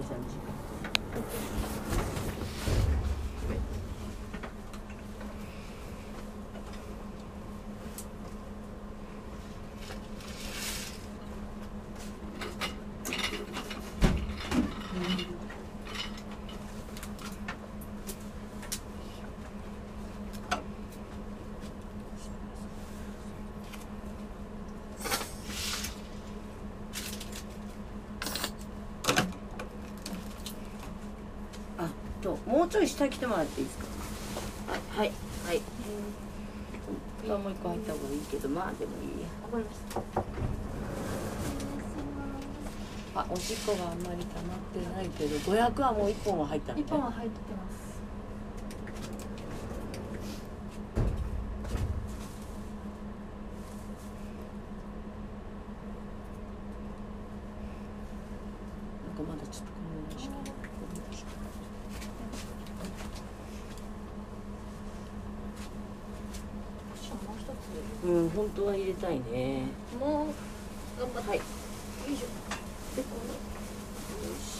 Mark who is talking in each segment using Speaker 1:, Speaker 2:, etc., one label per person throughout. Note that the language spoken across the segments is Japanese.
Speaker 1: 23時あともうちょい下来てもらっていいですかあはいはいこれはもう一個入った方がいいけどまあでもいいや
Speaker 2: わかりました。
Speaker 1: あおしっこがあんまり溜まってないけど500はもう1本は入ったのね
Speaker 2: 一本は入ってます。
Speaker 1: なんかまだちょっとこのまま
Speaker 2: もう一つ。
Speaker 1: うん本当は入れたいね
Speaker 2: もう頑張って。はい。よいしょ。でこの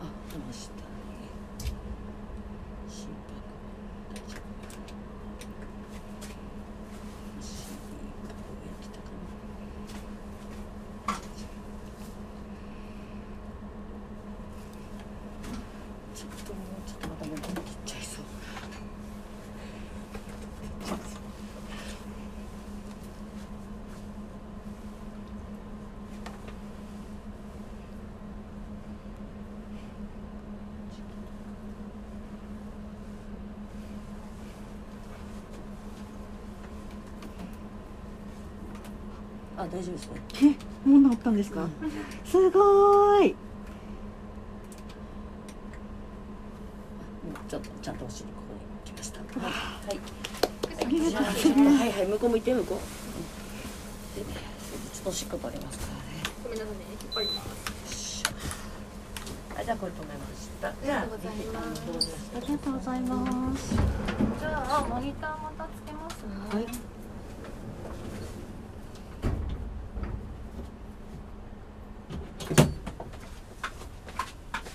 Speaker 1: あ騙したね心拍大丈夫心拍が来たかなちょっともうちょっとまたもう切っちゃいそうあ大丈夫ですね
Speaker 3: もう治ったんですか、すごーい
Speaker 1: もうちょっとちゃんとお尻ここに来ましたはいはい
Speaker 3: ありがとうございます
Speaker 1: はいはい向こう向いて向こうでねちょっとおしっこ取れますからね
Speaker 2: ごめんなさいね。引っ張ります。
Speaker 1: はい、じゃあこれ止めました。
Speaker 2: りがとうございます
Speaker 3: ありがとうございます
Speaker 2: じゃあモニターまたつけます
Speaker 3: は
Speaker 2: ね。
Speaker 3: い
Speaker 2: 素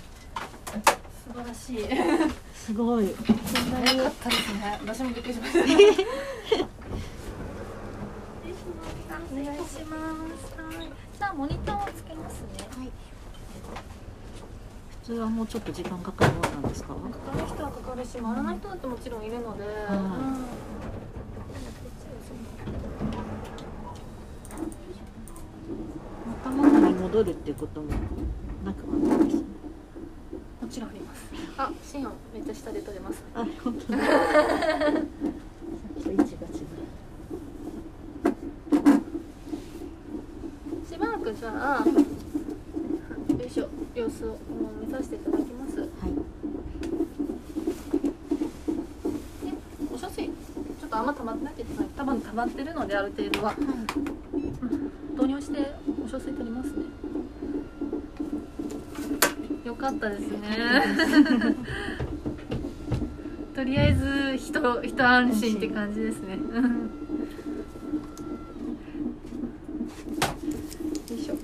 Speaker 2: 晴らしい。よ
Speaker 3: すごい
Speaker 2: かったですね。私もびっくりしました。お願いします。はい。じゃあモニターをつけますね。
Speaker 3: 普通はもうちょっと時間かかるものなんですか
Speaker 2: かかる人はかかるし、回らない人だってもちろんいるので。
Speaker 3: い
Speaker 2: うん
Speaker 3: 元々に戻るってこともなくはないですね
Speaker 2: もちろんあります。あ、シンオンめっちゃ下で取れます。
Speaker 3: あ本当だ
Speaker 1: 位置が違う。
Speaker 2: しばらくじゃあ、よいしょ、様子を目指していただきます。で
Speaker 3: はい
Speaker 2: お写真、ちょっとあんま溜まってないけど、多分溜まってるので、ある程度は。うん導入して、お写真取りますね。よかったですね。とりあえず、ひと、一安心って感じですね。よいしょ。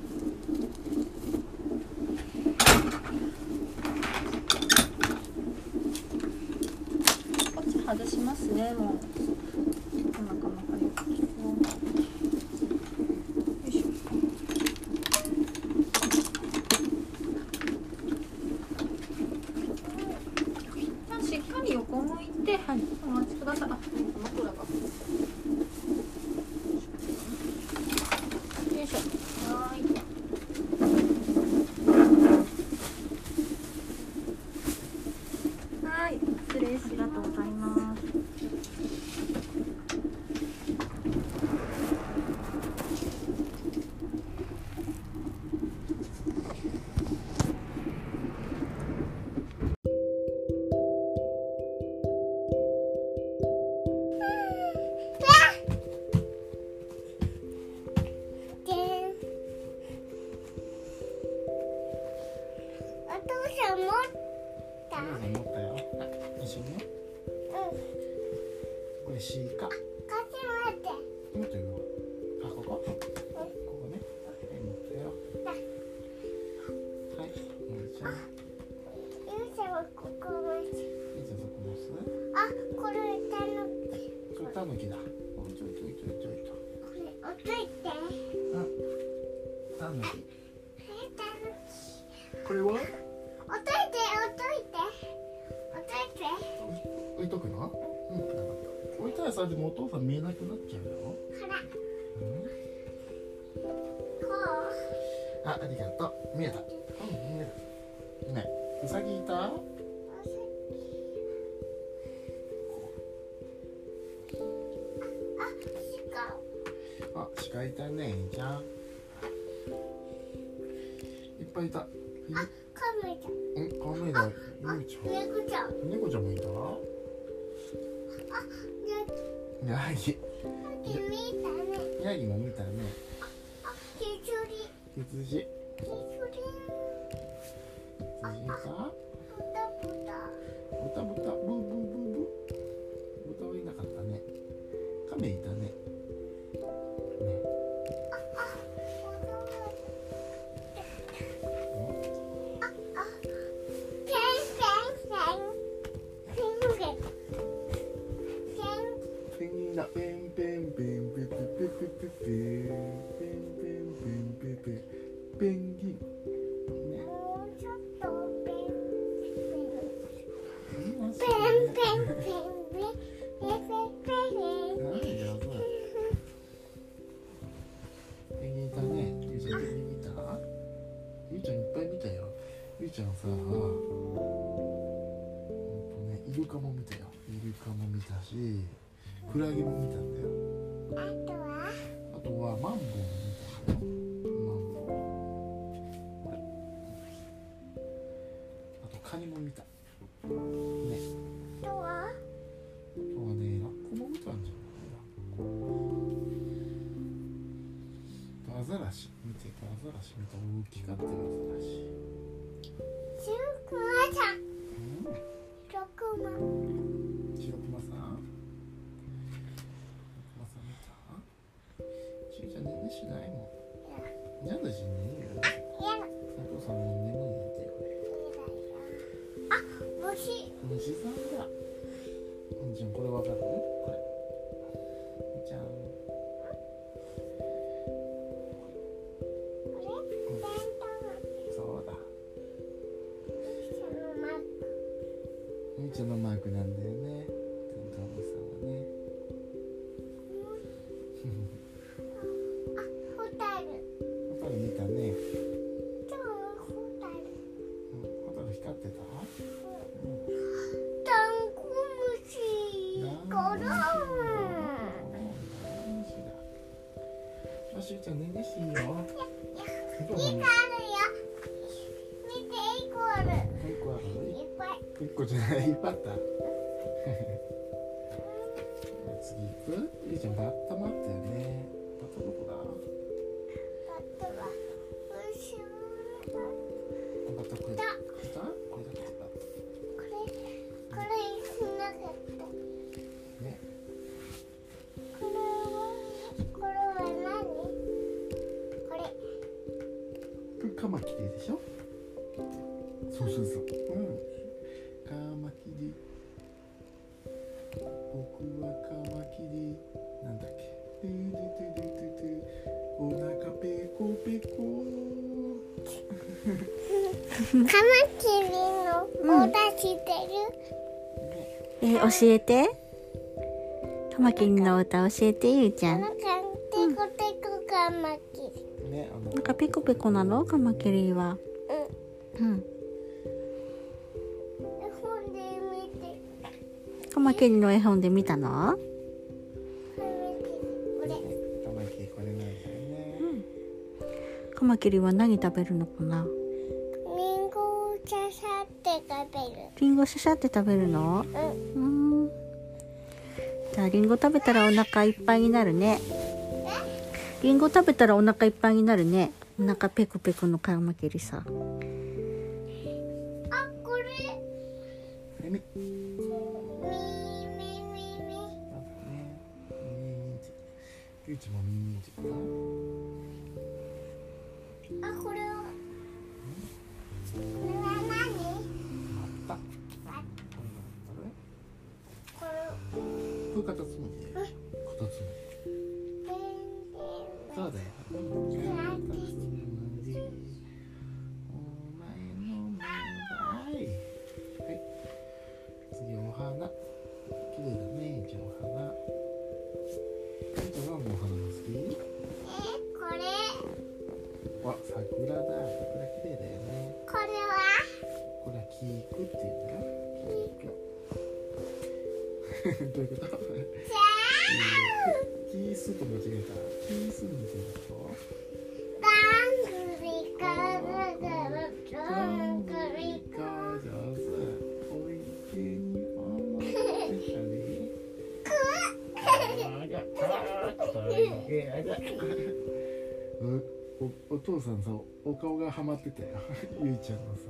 Speaker 3: あ
Speaker 2: 外しますねもうお腹の張りをよいしょしっかり横向いて、お待ちください。あ、枕が。よいしょ。はーい。はい、失礼します。ありがとうございます。
Speaker 4: でんお父さん持ったうん
Speaker 5: 持ったよ。一緒にね。美味しいか。
Speaker 4: かしまって
Speaker 5: もっとよ。あ、ここ。ここね。はい、持ったよ。はい。もう一緒に。
Speaker 4: ゆうちゃんはここ持ち
Speaker 5: いつそこ持つ
Speaker 4: あこれ歌の
Speaker 5: それタヌキだ。おいちょいちょいちょいちょいと。
Speaker 4: これおついて
Speaker 5: タヌキ。
Speaker 4: え歌の
Speaker 5: これは
Speaker 4: おついておついておついて
Speaker 5: 置いとくの？うん。置いたらそれでもお父さん見えなくなっちゃうよ。
Speaker 4: ほら
Speaker 5: うん。
Speaker 4: こう
Speaker 5: あ、ありがとう。見えた。うん、見えた。ね、うさぎいた？
Speaker 4: おついああしか
Speaker 5: あ、鹿いたね、じゃん。いっぱいいた。
Speaker 4: かめちゃん
Speaker 5: え、考えない。ゆうち
Speaker 4: 猫ちゃ
Speaker 5: ゃ
Speaker 4: ん
Speaker 5: ん。猫ちゃんもいた。
Speaker 4: 猫
Speaker 5: ヤギ。
Speaker 4: ちゃん見たね
Speaker 5: ヤギも見たね。
Speaker 4: あ削り
Speaker 5: 羊。
Speaker 4: 削り
Speaker 5: 羊いた。
Speaker 4: ポタポタ
Speaker 5: 豚豚。ブーブーブーブー。豚はいなかったね。亀いたね。ね。ペンギンだ。ペンペンペンペンペンペンペンペンペンペンペンペンペンペンペンギン。ね。なんで上手だ。ペンギンいたね。ゆうちゃんペンギン見た？ゆうちゃんいっぱい見たよ。ゆうちゃんさ、うんとね、イルカも見たよ。イルカも見たし、クラゲも見たんだよ。
Speaker 4: 아,
Speaker 5: あとはマンボウも見たよ。マンボウ。これ。あとカニも見た。ね。あとはね、ラッコも見たんじゃないラッコ。アザラシ見てアザラシ見た大きかったよアザラシ。
Speaker 4: 그,
Speaker 5: うん白熊さん白熊さん見たしゅうちゃん寝寝しないもんなんだし寝るよお父さんも眠いなんてこれ虫さんだうんちゃんこれわかるこれうんちゃんそうだうんちゃんのマークなんだよねテントウムシさんはねホタル見たねうんホタル光ってたうん虫だあしゅうちゃん寝寝しいいよいいか一個ある一個じゃない、いっぱいあった。次行くゆいちゃん、バッタもあったよね。バッタどこだバッタこれ。来たこれだけバッ
Speaker 4: これこれしなかった。
Speaker 5: タ。ね。
Speaker 4: これはこれは何？これ
Speaker 5: これカマキリでしょそうそうそう。うん。カマキリ。僕はカマキリなんだっけトゥトゥトゥトゥトゥお腹ペコペコ
Speaker 4: カマキリのお出ししてる、
Speaker 6: えー教えてカマキリの歌教えてゆうちゃ
Speaker 4: お
Speaker 6: ん
Speaker 4: 腹テコテコカマキリ
Speaker 5: ねあの
Speaker 6: なんかペコペコなのカマキリはうん
Speaker 4: 絵本で見て
Speaker 6: カマキリの絵本で見たの
Speaker 4: カマキリこれ
Speaker 5: カマキリこれなんだよね
Speaker 6: カマキリは何食べるのかな
Speaker 4: リンゴを刺さって食べる
Speaker 6: リンゴシャシャって食べるのうんじゃあリンゴ食べたらお腹いっぱいになるねリンゴ食べたらお腹いっぱいになるねお腹ペコペコのカマキリさ
Speaker 4: あこれ
Speaker 5: えみ
Speaker 4: みみみみ
Speaker 5: なんだね耳ってゆうちも耳って言うかな
Speaker 4: あこれはこれは何
Speaker 5: あった
Speaker 4: これ
Speaker 5: こういうカタツムリだよカタツム
Speaker 4: ペン
Speaker 5: リそうだよ
Speaker 4: ペンラテ
Speaker 5: お前の目がはいはい次お花綺麗だねじゃあお花じゃあ何のお花が
Speaker 4: えこれ
Speaker 5: 好きあ桜だ桜綺麗だよね
Speaker 4: これは
Speaker 5: これはキークっていうんだよキーク どういうこと
Speaker 4: じゃ
Speaker 5: キースと間違えたキースみたいなこと
Speaker 4: あダンスリカルガルダンスリ
Speaker 5: 上手おいけに甘えてたねあらあらあらうんおお父さんさお顔がはまってたよゆいちゃんのさ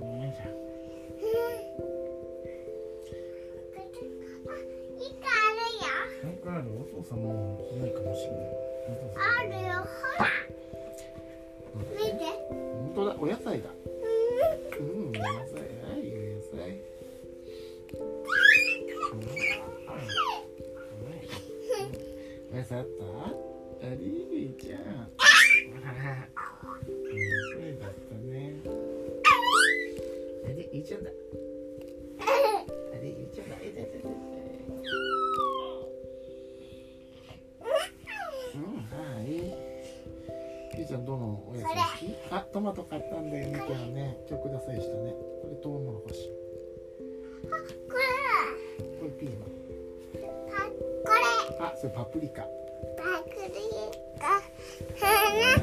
Speaker 5: あーよいしょ
Speaker 4: カルイカ
Speaker 5: なんかあるお父さんもういないかもしれないお父さん
Speaker 4: あるよあるよほら見て
Speaker 5: 本当だお野菜だうんお野菜はいお野菜お野菜あったありゆいちゃんお野菜だったねあれゆいちゃんだあれゆいちゃんだいたいたいたいたうんはいゆいちゃんどのおやつが好きあトマト買ったんだよね今日ね今日くださいしたねこれトウモロコシ
Speaker 4: これ
Speaker 5: これピー
Speaker 4: パこれ
Speaker 5: マンあそれパプリカ
Speaker 4: パクリカ花いいある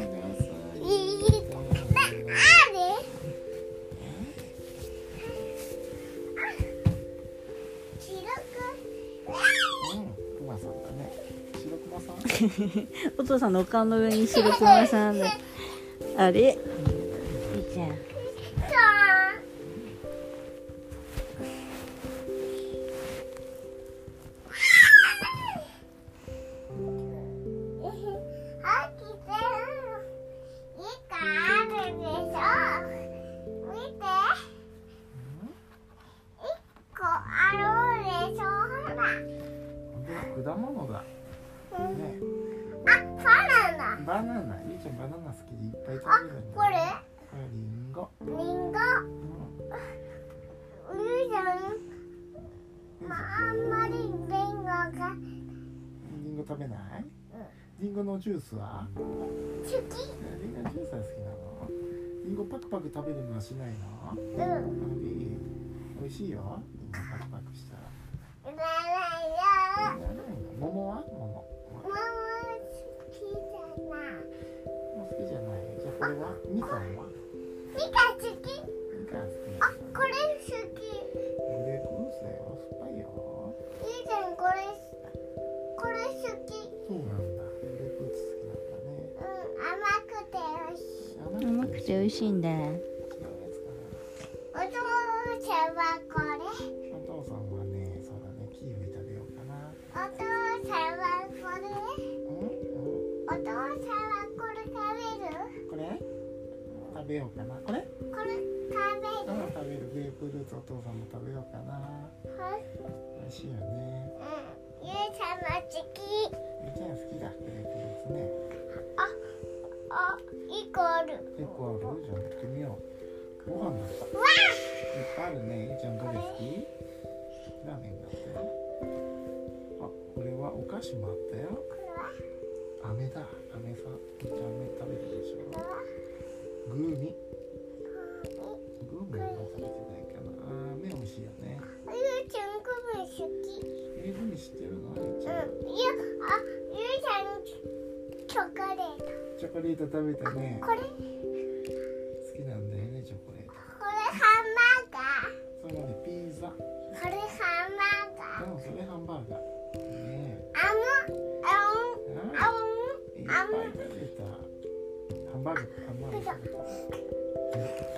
Speaker 4: 白
Speaker 5: うんクマさんだね白クマさん
Speaker 6: お父さんのお顔の上に白熊さんのあれ
Speaker 3: ゆいちゃん
Speaker 4: くさんあきてるいかあるでしょ見て一個あるでしょほら
Speaker 5: ほんとだ果物だね
Speaker 4: あバナナ
Speaker 5: バナナゆいちゃんバナナ好きでいっぱい
Speaker 4: あ
Speaker 5: 食べるんだ
Speaker 4: これ
Speaker 5: これリンゴ
Speaker 4: リンゴ
Speaker 5: うん
Speaker 4: ゆうちゃん
Speaker 5: ゆいち
Speaker 4: ま
Speaker 5: ゃ
Speaker 4: ああんまりリンゴが
Speaker 5: んリンゴ食べないリンゴのジュースは
Speaker 4: 好
Speaker 5: ねリンゴジュースは好きなのリンゴパクパク食べるのはしないの
Speaker 4: きうん
Speaker 5: あいい美味しいよ。パクパクしたら。
Speaker 4: いらないよ
Speaker 5: いらないの桃は桃。
Speaker 4: ママ好きだな
Speaker 5: もう好きじゃない。じゃあこれはみかんは
Speaker 4: ミカ好き
Speaker 5: みかん好き
Speaker 4: あ
Speaker 5: でしょ。
Speaker 4: これ好き
Speaker 5: これこうだよ。酸っぱいよ。
Speaker 4: ゆうちゃんこれこれ好き
Speaker 5: そうなんだ。グレープフルーツ
Speaker 4: うん甘くて美味しい
Speaker 5: 好きなんだね。
Speaker 6: 甘くて美味しいんだ
Speaker 5: 違うやつか
Speaker 4: お父さんはこれ
Speaker 5: な。お父さんはね、そうだね、キウイ食べようかな。
Speaker 4: お父さんはこれ
Speaker 5: うん？うん、
Speaker 4: お父さんはこれ食べる
Speaker 5: これ？食べようかな。これ？
Speaker 4: これ食べ
Speaker 5: う
Speaker 4: る
Speaker 5: ん、食べる。グレーフルーツお父さんも食べようかな
Speaker 4: はい
Speaker 5: 美味しいよね
Speaker 4: うんゆうちゃんのチキ
Speaker 5: ゆうちゃん好きだグレープフルーツね
Speaker 4: あイコール
Speaker 5: 結構あるじゃん行ってみようご飯だったいっぱいあるねゆうちゃんどれ好きラーメンだったよあこれはお菓子もあったよ
Speaker 4: これは
Speaker 5: 飴だ飴さんゆうちゃん飴食べるでし
Speaker 4: これ
Speaker 5: ょ
Speaker 4: は
Speaker 5: グーミ
Speaker 4: こ
Speaker 5: グーミは食べてないかなあー飴美味しいよね
Speaker 4: れゆうちゃんグミ好き
Speaker 5: えグミ知ってるのゆう
Speaker 4: うん
Speaker 5: ちゃん
Speaker 4: ゆあゆうちゃんのチョコレート
Speaker 5: チョコレート食べたね
Speaker 4: これ
Speaker 5: 好きなんだよねチョコレート
Speaker 4: これハンバ
Speaker 5: それまでピーザ
Speaker 4: ーガーこれハンバーガー
Speaker 5: うんそれハンバーガーねえ
Speaker 4: あのあ
Speaker 5: うん
Speaker 4: んあ
Speaker 5: いっぱい食べたハンバーグハンバーグ食べた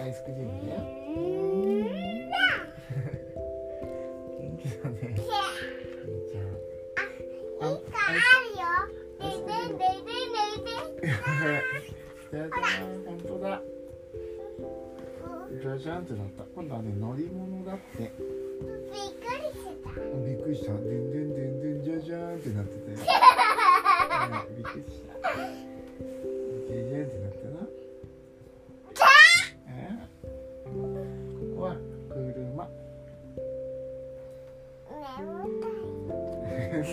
Speaker 5: アイスクリームね
Speaker 4: んうん
Speaker 5: 元気だねみーちゃ
Speaker 4: い
Speaker 5: ん
Speaker 4: いかあるよ。ねえねえねえねえねえ。
Speaker 5: じゃじゃーん本当だじゃじゃんってなった今度はね乗り物だって
Speaker 4: びっくりした。
Speaker 5: びっくりしたでんでんでんでんじゃじゃーんってなってたよ、うんびっくりしたじゃじゃんってなったなえーここは車
Speaker 4: 眠たい。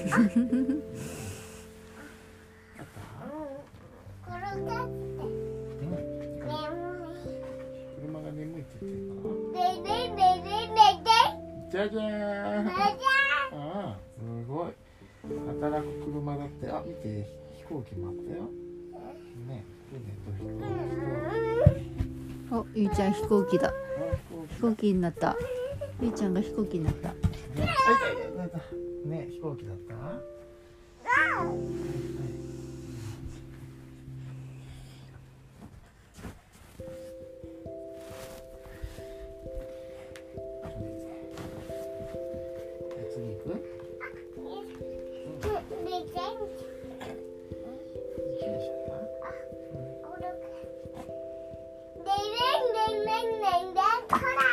Speaker 4: うん。転がって
Speaker 5: うん
Speaker 4: 眠
Speaker 5: 車が眠いって言ってるか
Speaker 4: い。ねえねえねえねえねえね
Speaker 5: なじゃじゃーん
Speaker 4: え。あじ
Speaker 5: ああすごい働く車だってあ見て飛行機もあったよね船と飛行
Speaker 4: ゃ
Speaker 5: 機と
Speaker 4: ん。
Speaker 6: おゆいちゃん飛行機だ
Speaker 5: あ飛行機
Speaker 6: 飛行機になったゆいちゃんが飛行機になった
Speaker 5: ねあいたいたいたいたね飛行機だったはい次行く
Speaker 4: うん。ねえ全
Speaker 5: 行けるでしょ
Speaker 4: 部転がって。ねえねえねえねえねえほら。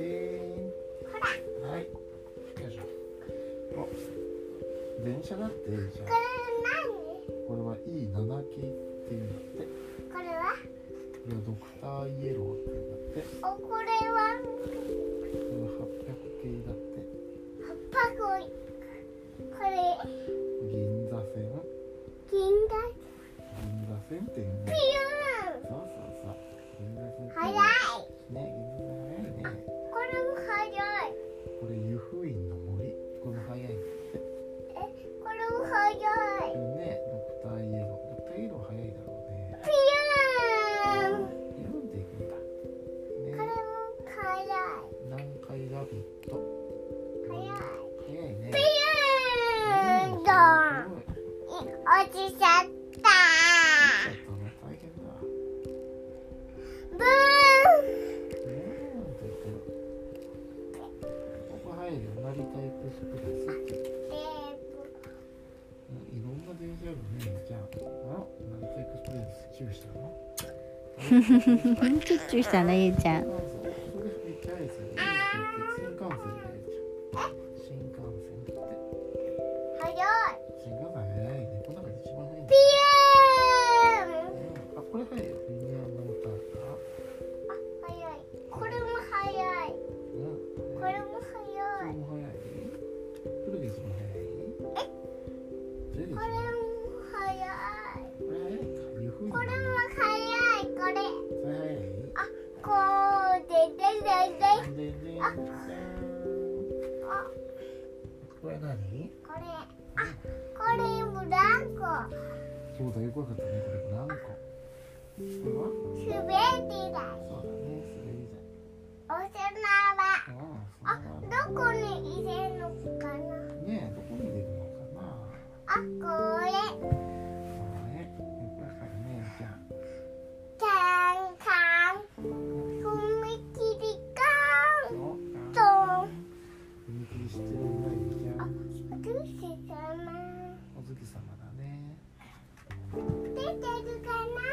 Speaker 5: えー、はい。よいしょ。お、電車だっていいじゃん。
Speaker 4: これ
Speaker 5: これは E7 系っていうんだって。
Speaker 4: 何？これは？
Speaker 5: これはドクターイエローっていうんだって。
Speaker 4: おこれは
Speaker 5: これは800系だって。
Speaker 4: パコイ。これ
Speaker 5: 銀座線、
Speaker 4: 銀だ。
Speaker 5: 銀座線っていうん
Speaker 4: ピ。ュ
Speaker 5: だ
Speaker 4: ーン。
Speaker 5: そうそうそう。銀座線って。
Speaker 4: 早い。
Speaker 5: ね、銀座線早いね。
Speaker 4: これも早い。
Speaker 5: これ湯布院の森。これも早いね。
Speaker 4: これも早
Speaker 5: こ
Speaker 4: い。
Speaker 5: れね、ドクターイエロー。ドクターイエロー早いだろうね。
Speaker 4: ピューン。
Speaker 5: 読んでい
Speaker 4: こ
Speaker 5: くんだ。ね
Speaker 4: れも早い。
Speaker 5: 南海ラビット
Speaker 4: 早い。
Speaker 5: 早いね
Speaker 4: ピューン。
Speaker 5: すごい
Speaker 4: 落ちちゃった。
Speaker 5: ちょっとね大変だ
Speaker 4: ブーン。
Speaker 5: うーんと言ってるここ入るよマリタイプスプレスっていう
Speaker 4: え
Speaker 5: うんいろんな電車あるねじゃああらマリタイプスプレスチューしたの
Speaker 6: うんチュッチュしたなゆいちゃん
Speaker 5: そうそれめっちゃ早いですよ新幹線だよ新幹線だって
Speaker 4: ー、早い。
Speaker 5: 新幹線早いねこの中で一番早いんだ
Speaker 4: ピューン。
Speaker 5: うんあこれ早いよリニアモーター
Speaker 4: 早
Speaker 5: カー
Speaker 4: い。これも早い。
Speaker 5: うん
Speaker 4: これも
Speaker 5: そ
Speaker 4: 早
Speaker 5: れ
Speaker 4: い。
Speaker 5: も早い。プロデュースも早い。プロデュースも
Speaker 4: これ
Speaker 5: 早い。
Speaker 4: も早い。
Speaker 5: これ早いか。湯布院
Speaker 4: これも早い。これ。
Speaker 5: それ早い。
Speaker 4: こうでででで。
Speaker 5: でで
Speaker 4: あ、
Speaker 5: でこれ何？
Speaker 4: これ。あ、これブランコ。
Speaker 5: そうだよくわかったね。これ何個？これは？
Speaker 4: 滑り台。
Speaker 5: そうだね。それいいじ
Speaker 4: お砂は。
Speaker 5: ゃん。あ
Speaker 4: あ
Speaker 5: あ、そうだな。
Speaker 4: どこに入れるのかな。
Speaker 5: ねえどこに出るのかな。
Speaker 4: あ、これ。
Speaker 5: そうね。だからねじゃあ。
Speaker 4: カンカン。踏切カ
Speaker 5: おあ
Speaker 4: ン。
Speaker 5: 踏切してるんだじゃ
Speaker 4: あ
Speaker 5: ん。
Speaker 4: と。どうしてかな。
Speaker 5: お月様だね。
Speaker 4: 出てるかな。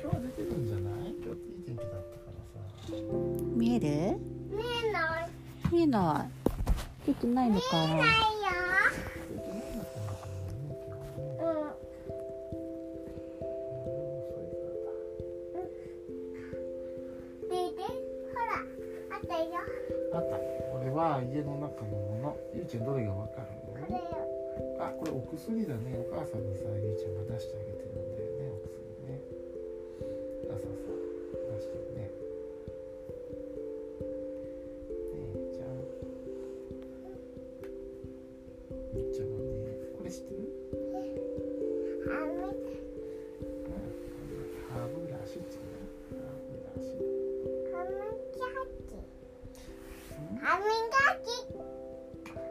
Speaker 5: 今日は出てるんじゃない？今日いい天気だったからさ。
Speaker 6: 見える
Speaker 4: 見え
Speaker 6: 見えない出てないのかな
Speaker 5: あったこれは家の中のものゆうちゃんどれがわかるのあこれお薬だねお母さんにさゆうちゃんが出してあげてるんだよねお薬ね朝さ出してるねねえちゃんゆうちゃんはねこれ知ってる歯ブラシっていうの歯ブラシ
Speaker 4: 歯磨き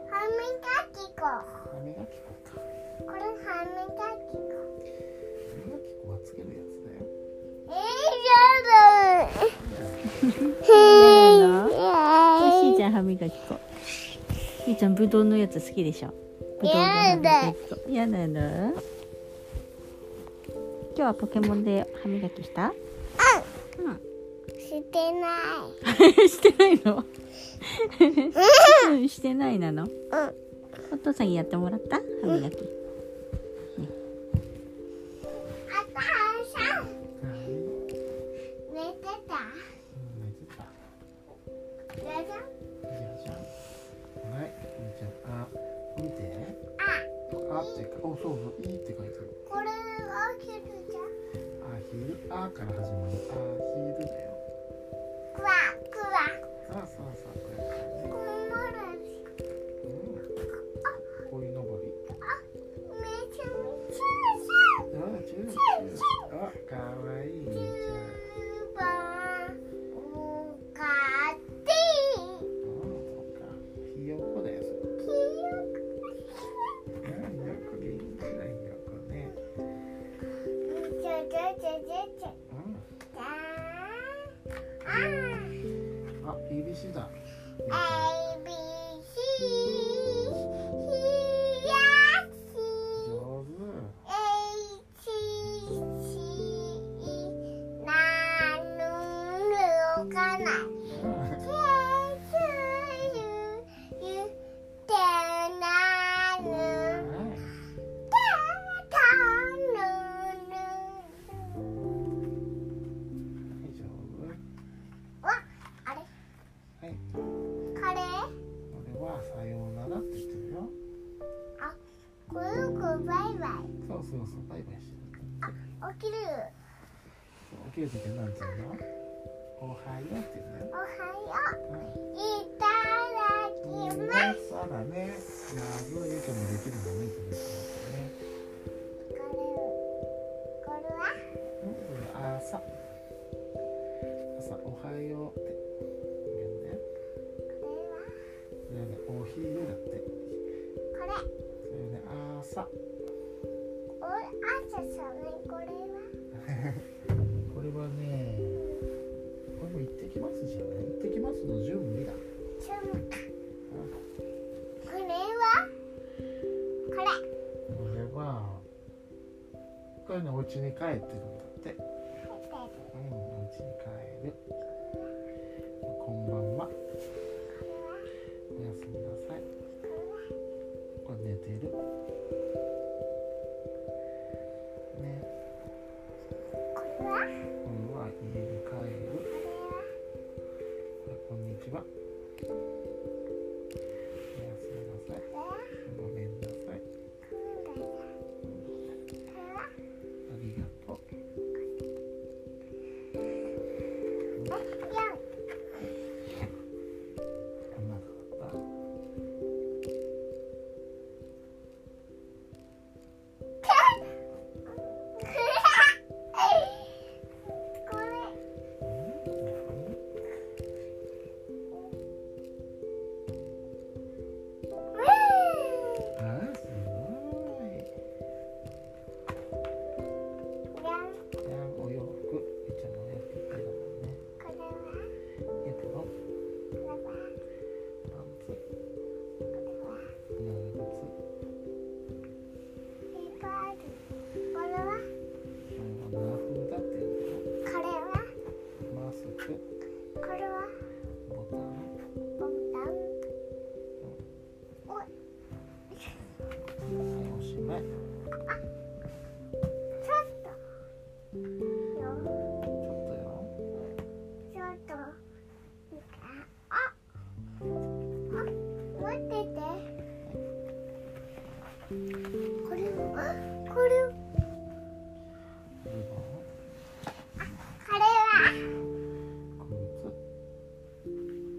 Speaker 4: 歯磨き粉
Speaker 5: 歯磨き粉か
Speaker 4: これ歯磨き粉
Speaker 5: 歯磨き粉はつけるやつだよ
Speaker 4: えー、やだ
Speaker 6: 見えないの美味しいじゃん歯磨き粉ゆうちゃんぶどうのやつ好きでしょぶどうの歯磨き粉嫌なの今日はポケモンで歯磨き した
Speaker 4: してない
Speaker 6: してないのうん してないなの、お父さんにやってもらった歯磨き、
Speaker 4: あとはさん
Speaker 5: はい
Speaker 4: 寝てた
Speaker 5: うん寝てた
Speaker 4: やだ
Speaker 5: じゃあじゃあはいじゃああ見てあってかおそうそういいって書いてある
Speaker 4: これが切るじゃん
Speaker 5: あひるあから始まるあひるだよ
Speaker 4: くわくわ
Speaker 5: さあさあさあこれね
Speaker 4: こもる
Speaker 5: うんこいのぼり
Speaker 4: めちゃめち
Speaker 5: あ
Speaker 4: ゃ
Speaker 5: チューチューあかわいいじゃ
Speaker 4: 十番おかて
Speaker 5: あうんそっかひよこだよそれ
Speaker 4: き
Speaker 5: あひよこ元気なひよこね
Speaker 4: よくちょちょちょちょちょ
Speaker 5: う
Speaker 4: じゃああー
Speaker 5: んあ ABC だ
Speaker 4: A B C ひやし
Speaker 5: 上
Speaker 4: なぬ動かない
Speaker 5: 手
Speaker 4: けすゆゆてなぬ
Speaker 5: はい
Speaker 4: たたぬぬ
Speaker 5: 大丈夫
Speaker 4: わあれ
Speaker 5: はい
Speaker 4: カレー
Speaker 5: 俺はさようならって言ってるよ
Speaker 4: こよくバイバ
Speaker 5: そうそうそうバイバイしてる
Speaker 4: イ起きる
Speaker 5: 起きる時はなんて言うのおはようって言うんだよ
Speaker 4: おはよういただきます
Speaker 5: そうだねラブゆうちゃんもできるのねいいと思
Speaker 4: こ
Speaker 5: ね
Speaker 4: れこれは
Speaker 5: うん朝朝おはようって言うんだよ
Speaker 4: こ
Speaker 5: それはねお昼だって
Speaker 4: れはこれ
Speaker 5: それはね朝
Speaker 4: おあちゃさんねこれは
Speaker 5: これはねこれも行ってきますじゃない行ってきますの準備だ
Speaker 4: ちょっとこれはこれ
Speaker 5: これはこれねお家に帰ってくるんだ
Speaker 4: 入
Speaker 5: って
Speaker 4: って
Speaker 5: うん、お家に帰る。こんばんは。おやすみなさい。これ寝てる。ね、
Speaker 4: るこれは
Speaker 5: これは家に帰る。これこんにちは。おやすみなさい。ごめんなさい。ありがとう。
Speaker 4: これはこれはよ
Speaker 5: うまかった。
Speaker 4: これ
Speaker 5: うん、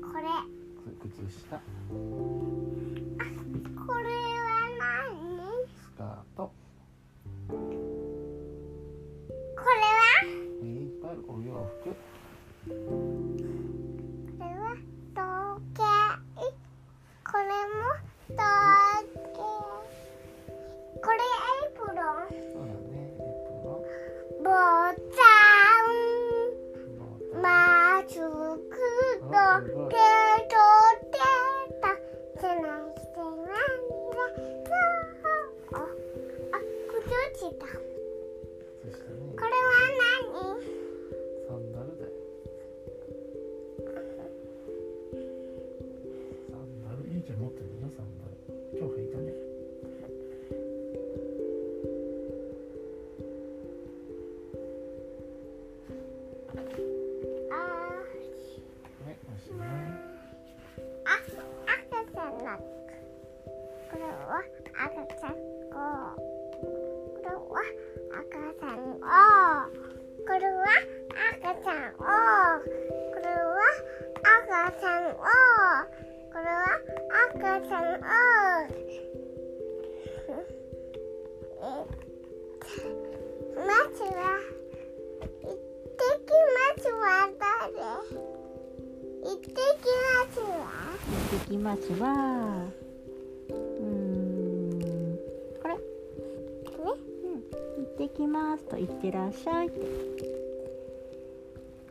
Speaker 5: 靴下
Speaker 4: これは何
Speaker 5: スカート
Speaker 4: これは
Speaker 5: 目いっぱいあるお洋服
Speaker 4: これは時計これも時計これエプロン
Speaker 5: そうだねエプロ
Speaker 4: ボタン
Speaker 5: ン帽
Speaker 4: マスクと手と手と手のしてなんだああ靴下
Speaker 5: 子靴下ね
Speaker 4: これは何
Speaker 5: サンダルだよサンダルいいじゃん持ってるよサンダル今日履いたね
Speaker 4: あ
Speaker 5: ねおしまい
Speaker 4: あ、赤ちゃんの。これは赤ちゃんこう。これは赤ちゃんを。これは赤ちゃんを。これは赤ちゃんを。これは赤ちゃんを。えまずは。一滴まずは誰。行ってきますわ。
Speaker 6: 行ってきますわうーんこれねうん行ってきますと行ってらっしゃいって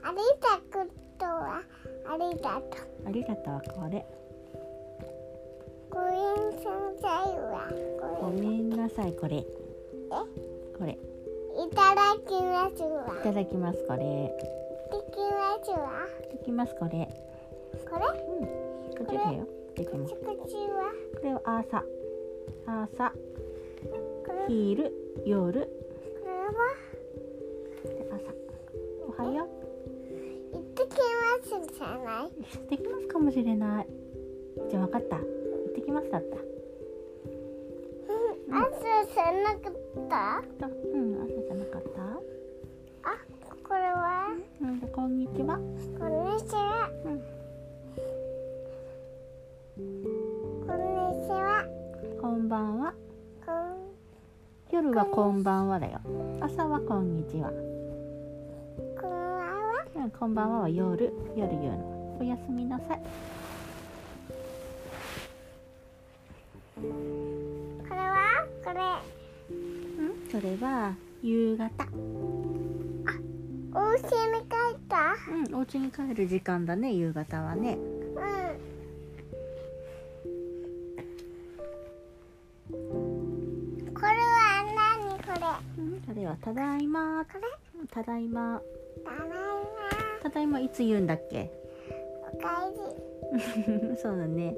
Speaker 4: ありがとうとはありがとう。
Speaker 6: ありがとうこれ
Speaker 4: ごめんなさいは
Speaker 6: ご
Speaker 4: ごめ
Speaker 6: め
Speaker 4: ん。
Speaker 6: んなさいこれこれい
Speaker 4: いただきますわ。い
Speaker 6: ただきますこれい
Speaker 4: ってきますわ。
Speaker 6: ただきますこれ
Speaker 4: これ
Speaker 6: こっちだよ出ても
Speaker 4: 口口は
Speaker 6: これを朝朝
Speaker 4: これこ
Speaker 6: 昼夜
Speaker 4: れは
Speaker 6: で朝おはよ
Speaker 4: いってきますじゃない う
Speaker 6: 行ってきますかもしれないじゃあ分かった行ってきますだった
Speaker 4: うん。朝じゃなかった？
Speaker 6: とうん朝じゃなかった
Speaker 4: あ、これは
Speaker 6: うんでこんにちは
Speaker 4: こんにちは。
Speaker 6: うん
Speaker 4: こんにちは。
Speaker 6: こんばんは
Speaker 4: こん
Speaker 6: 夜はこんばんはだよ朝はこんにちは、
Speaker 4: こんばんは。
Speaker 6: うん、こんばんはは夜夜言うのおやすみなさい
Speaker 4: これはこれ。
Speaker 6: うんそれは夕方
Speaker 4: お家に帰った。
Speaker 6: うんお家に帰る時間だね夕方はね
Speaker 4: うん。これは何これ。
Speaker 6: うんそれはただいま
Speaker 4: これ。
Speaker 6: うんただいま
Speaker 4: ただいま。
Speaker 6: ただいまいつ言うんだっけ
Speaker 4: おかえり。
Speaker 6: そうだね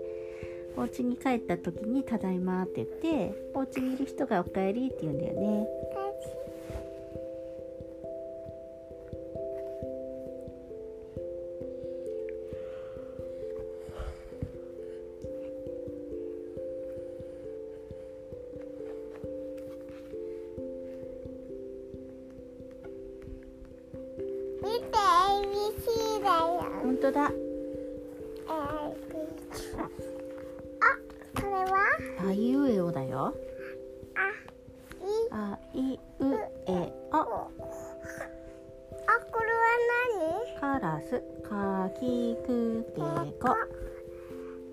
Speaker 6: お家に帰った時に「ただいま」って言ってお家にいる人が「おかえり」って言うんだよね
Speaker 4: おかえり。見て ABC だよ。
Speaker 6: 本当だ
Speaker 4: えーあ、これは
Speaker 6: 「あいうえお」だよ
Speaker 4: いい
Speaker 6: 「あいうえ
Speaker 4: 子。
Speaker 6: お」
Speaker 4: あ、これは
Speaker 6: カラスかきくけこ
Speaker 4: 何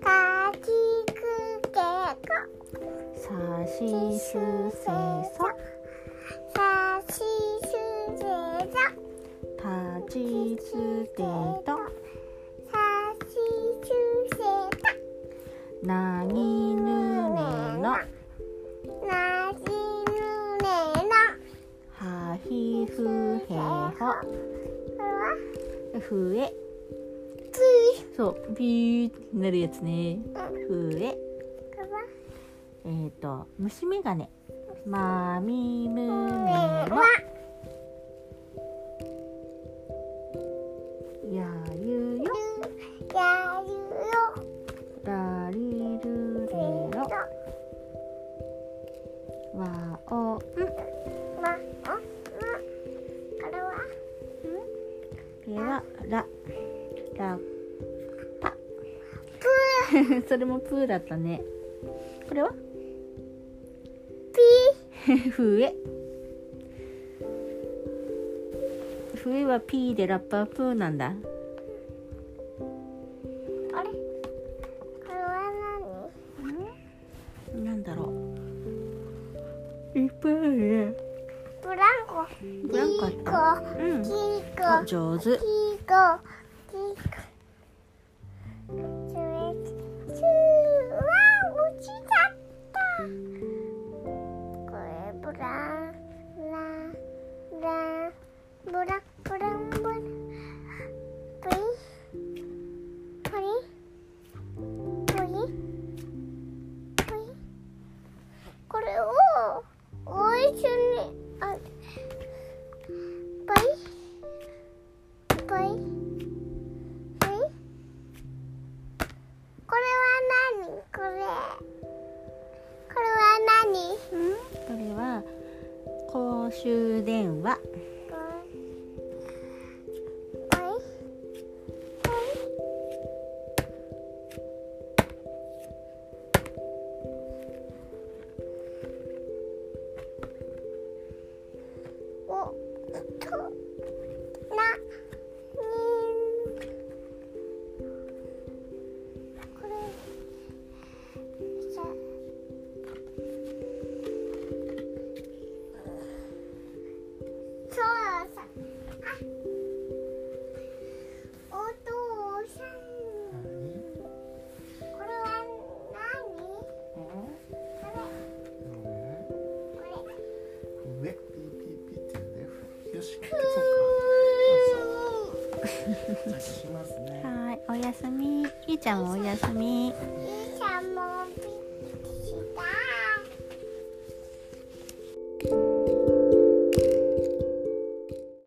Speaker 4: かきくけこ。
Speaker 6: さしすせそ
Speaker 4: さしすせそ。
Speaker 6: たちつてと
Speaker 4: さしすせ
Speaker 6: なぎぬねの
Speaker 4: そ。なじぬね
Speaker 6: はひふへほ
Speaker 4: の。これは
Speaker 6: ふえ
Speaker 4: つい。
Speaker 6: そうビーってなるやつねふえ
Speaker 4: これは
Speaker 6: えっ、と虫眼鏡まみむめの
Speaker 4: は
Speaker 6: やゆよ
Speaker 4: やるよ。
Speaker 6: らりるれろわおん
Speaker 4: ま、お、ま。これは
Speaker 6: ではらら
Speaker 4: プー。
Speaker 6: それもプーだったねこれは 笛笛はピーでラッパープーなんだ
Speaker 4: あれこれは
Speaker 6: なんだろういっぱいあるね
Speaker 4: 何ブランコ
Speaker 6: ブランコあったうん
Speaker 4: キー
Speaker 6: あ
Speaker 4: コ
Speaker 6: 上手
Speaker 4: キーコキーコチューチューわー落ちちゃったこれブランブランブランブランブランブランプリンプリンプリンプリンこれをおいしにあプリンぽいぽいこれは何これこれは何
Speaker 6: これは公衆電話
Speaker 4: ぽいぽいおとなにこれじゃそうさあお父さんこれは何これ
Speaker 5: 上ピーピーピーってねよし
Speaker 4: うーん
Speaker 5: じゃあ消しますね
Speaker 6: はーいおやすみゆうちゃんもおやすみ
Speaker 4: いい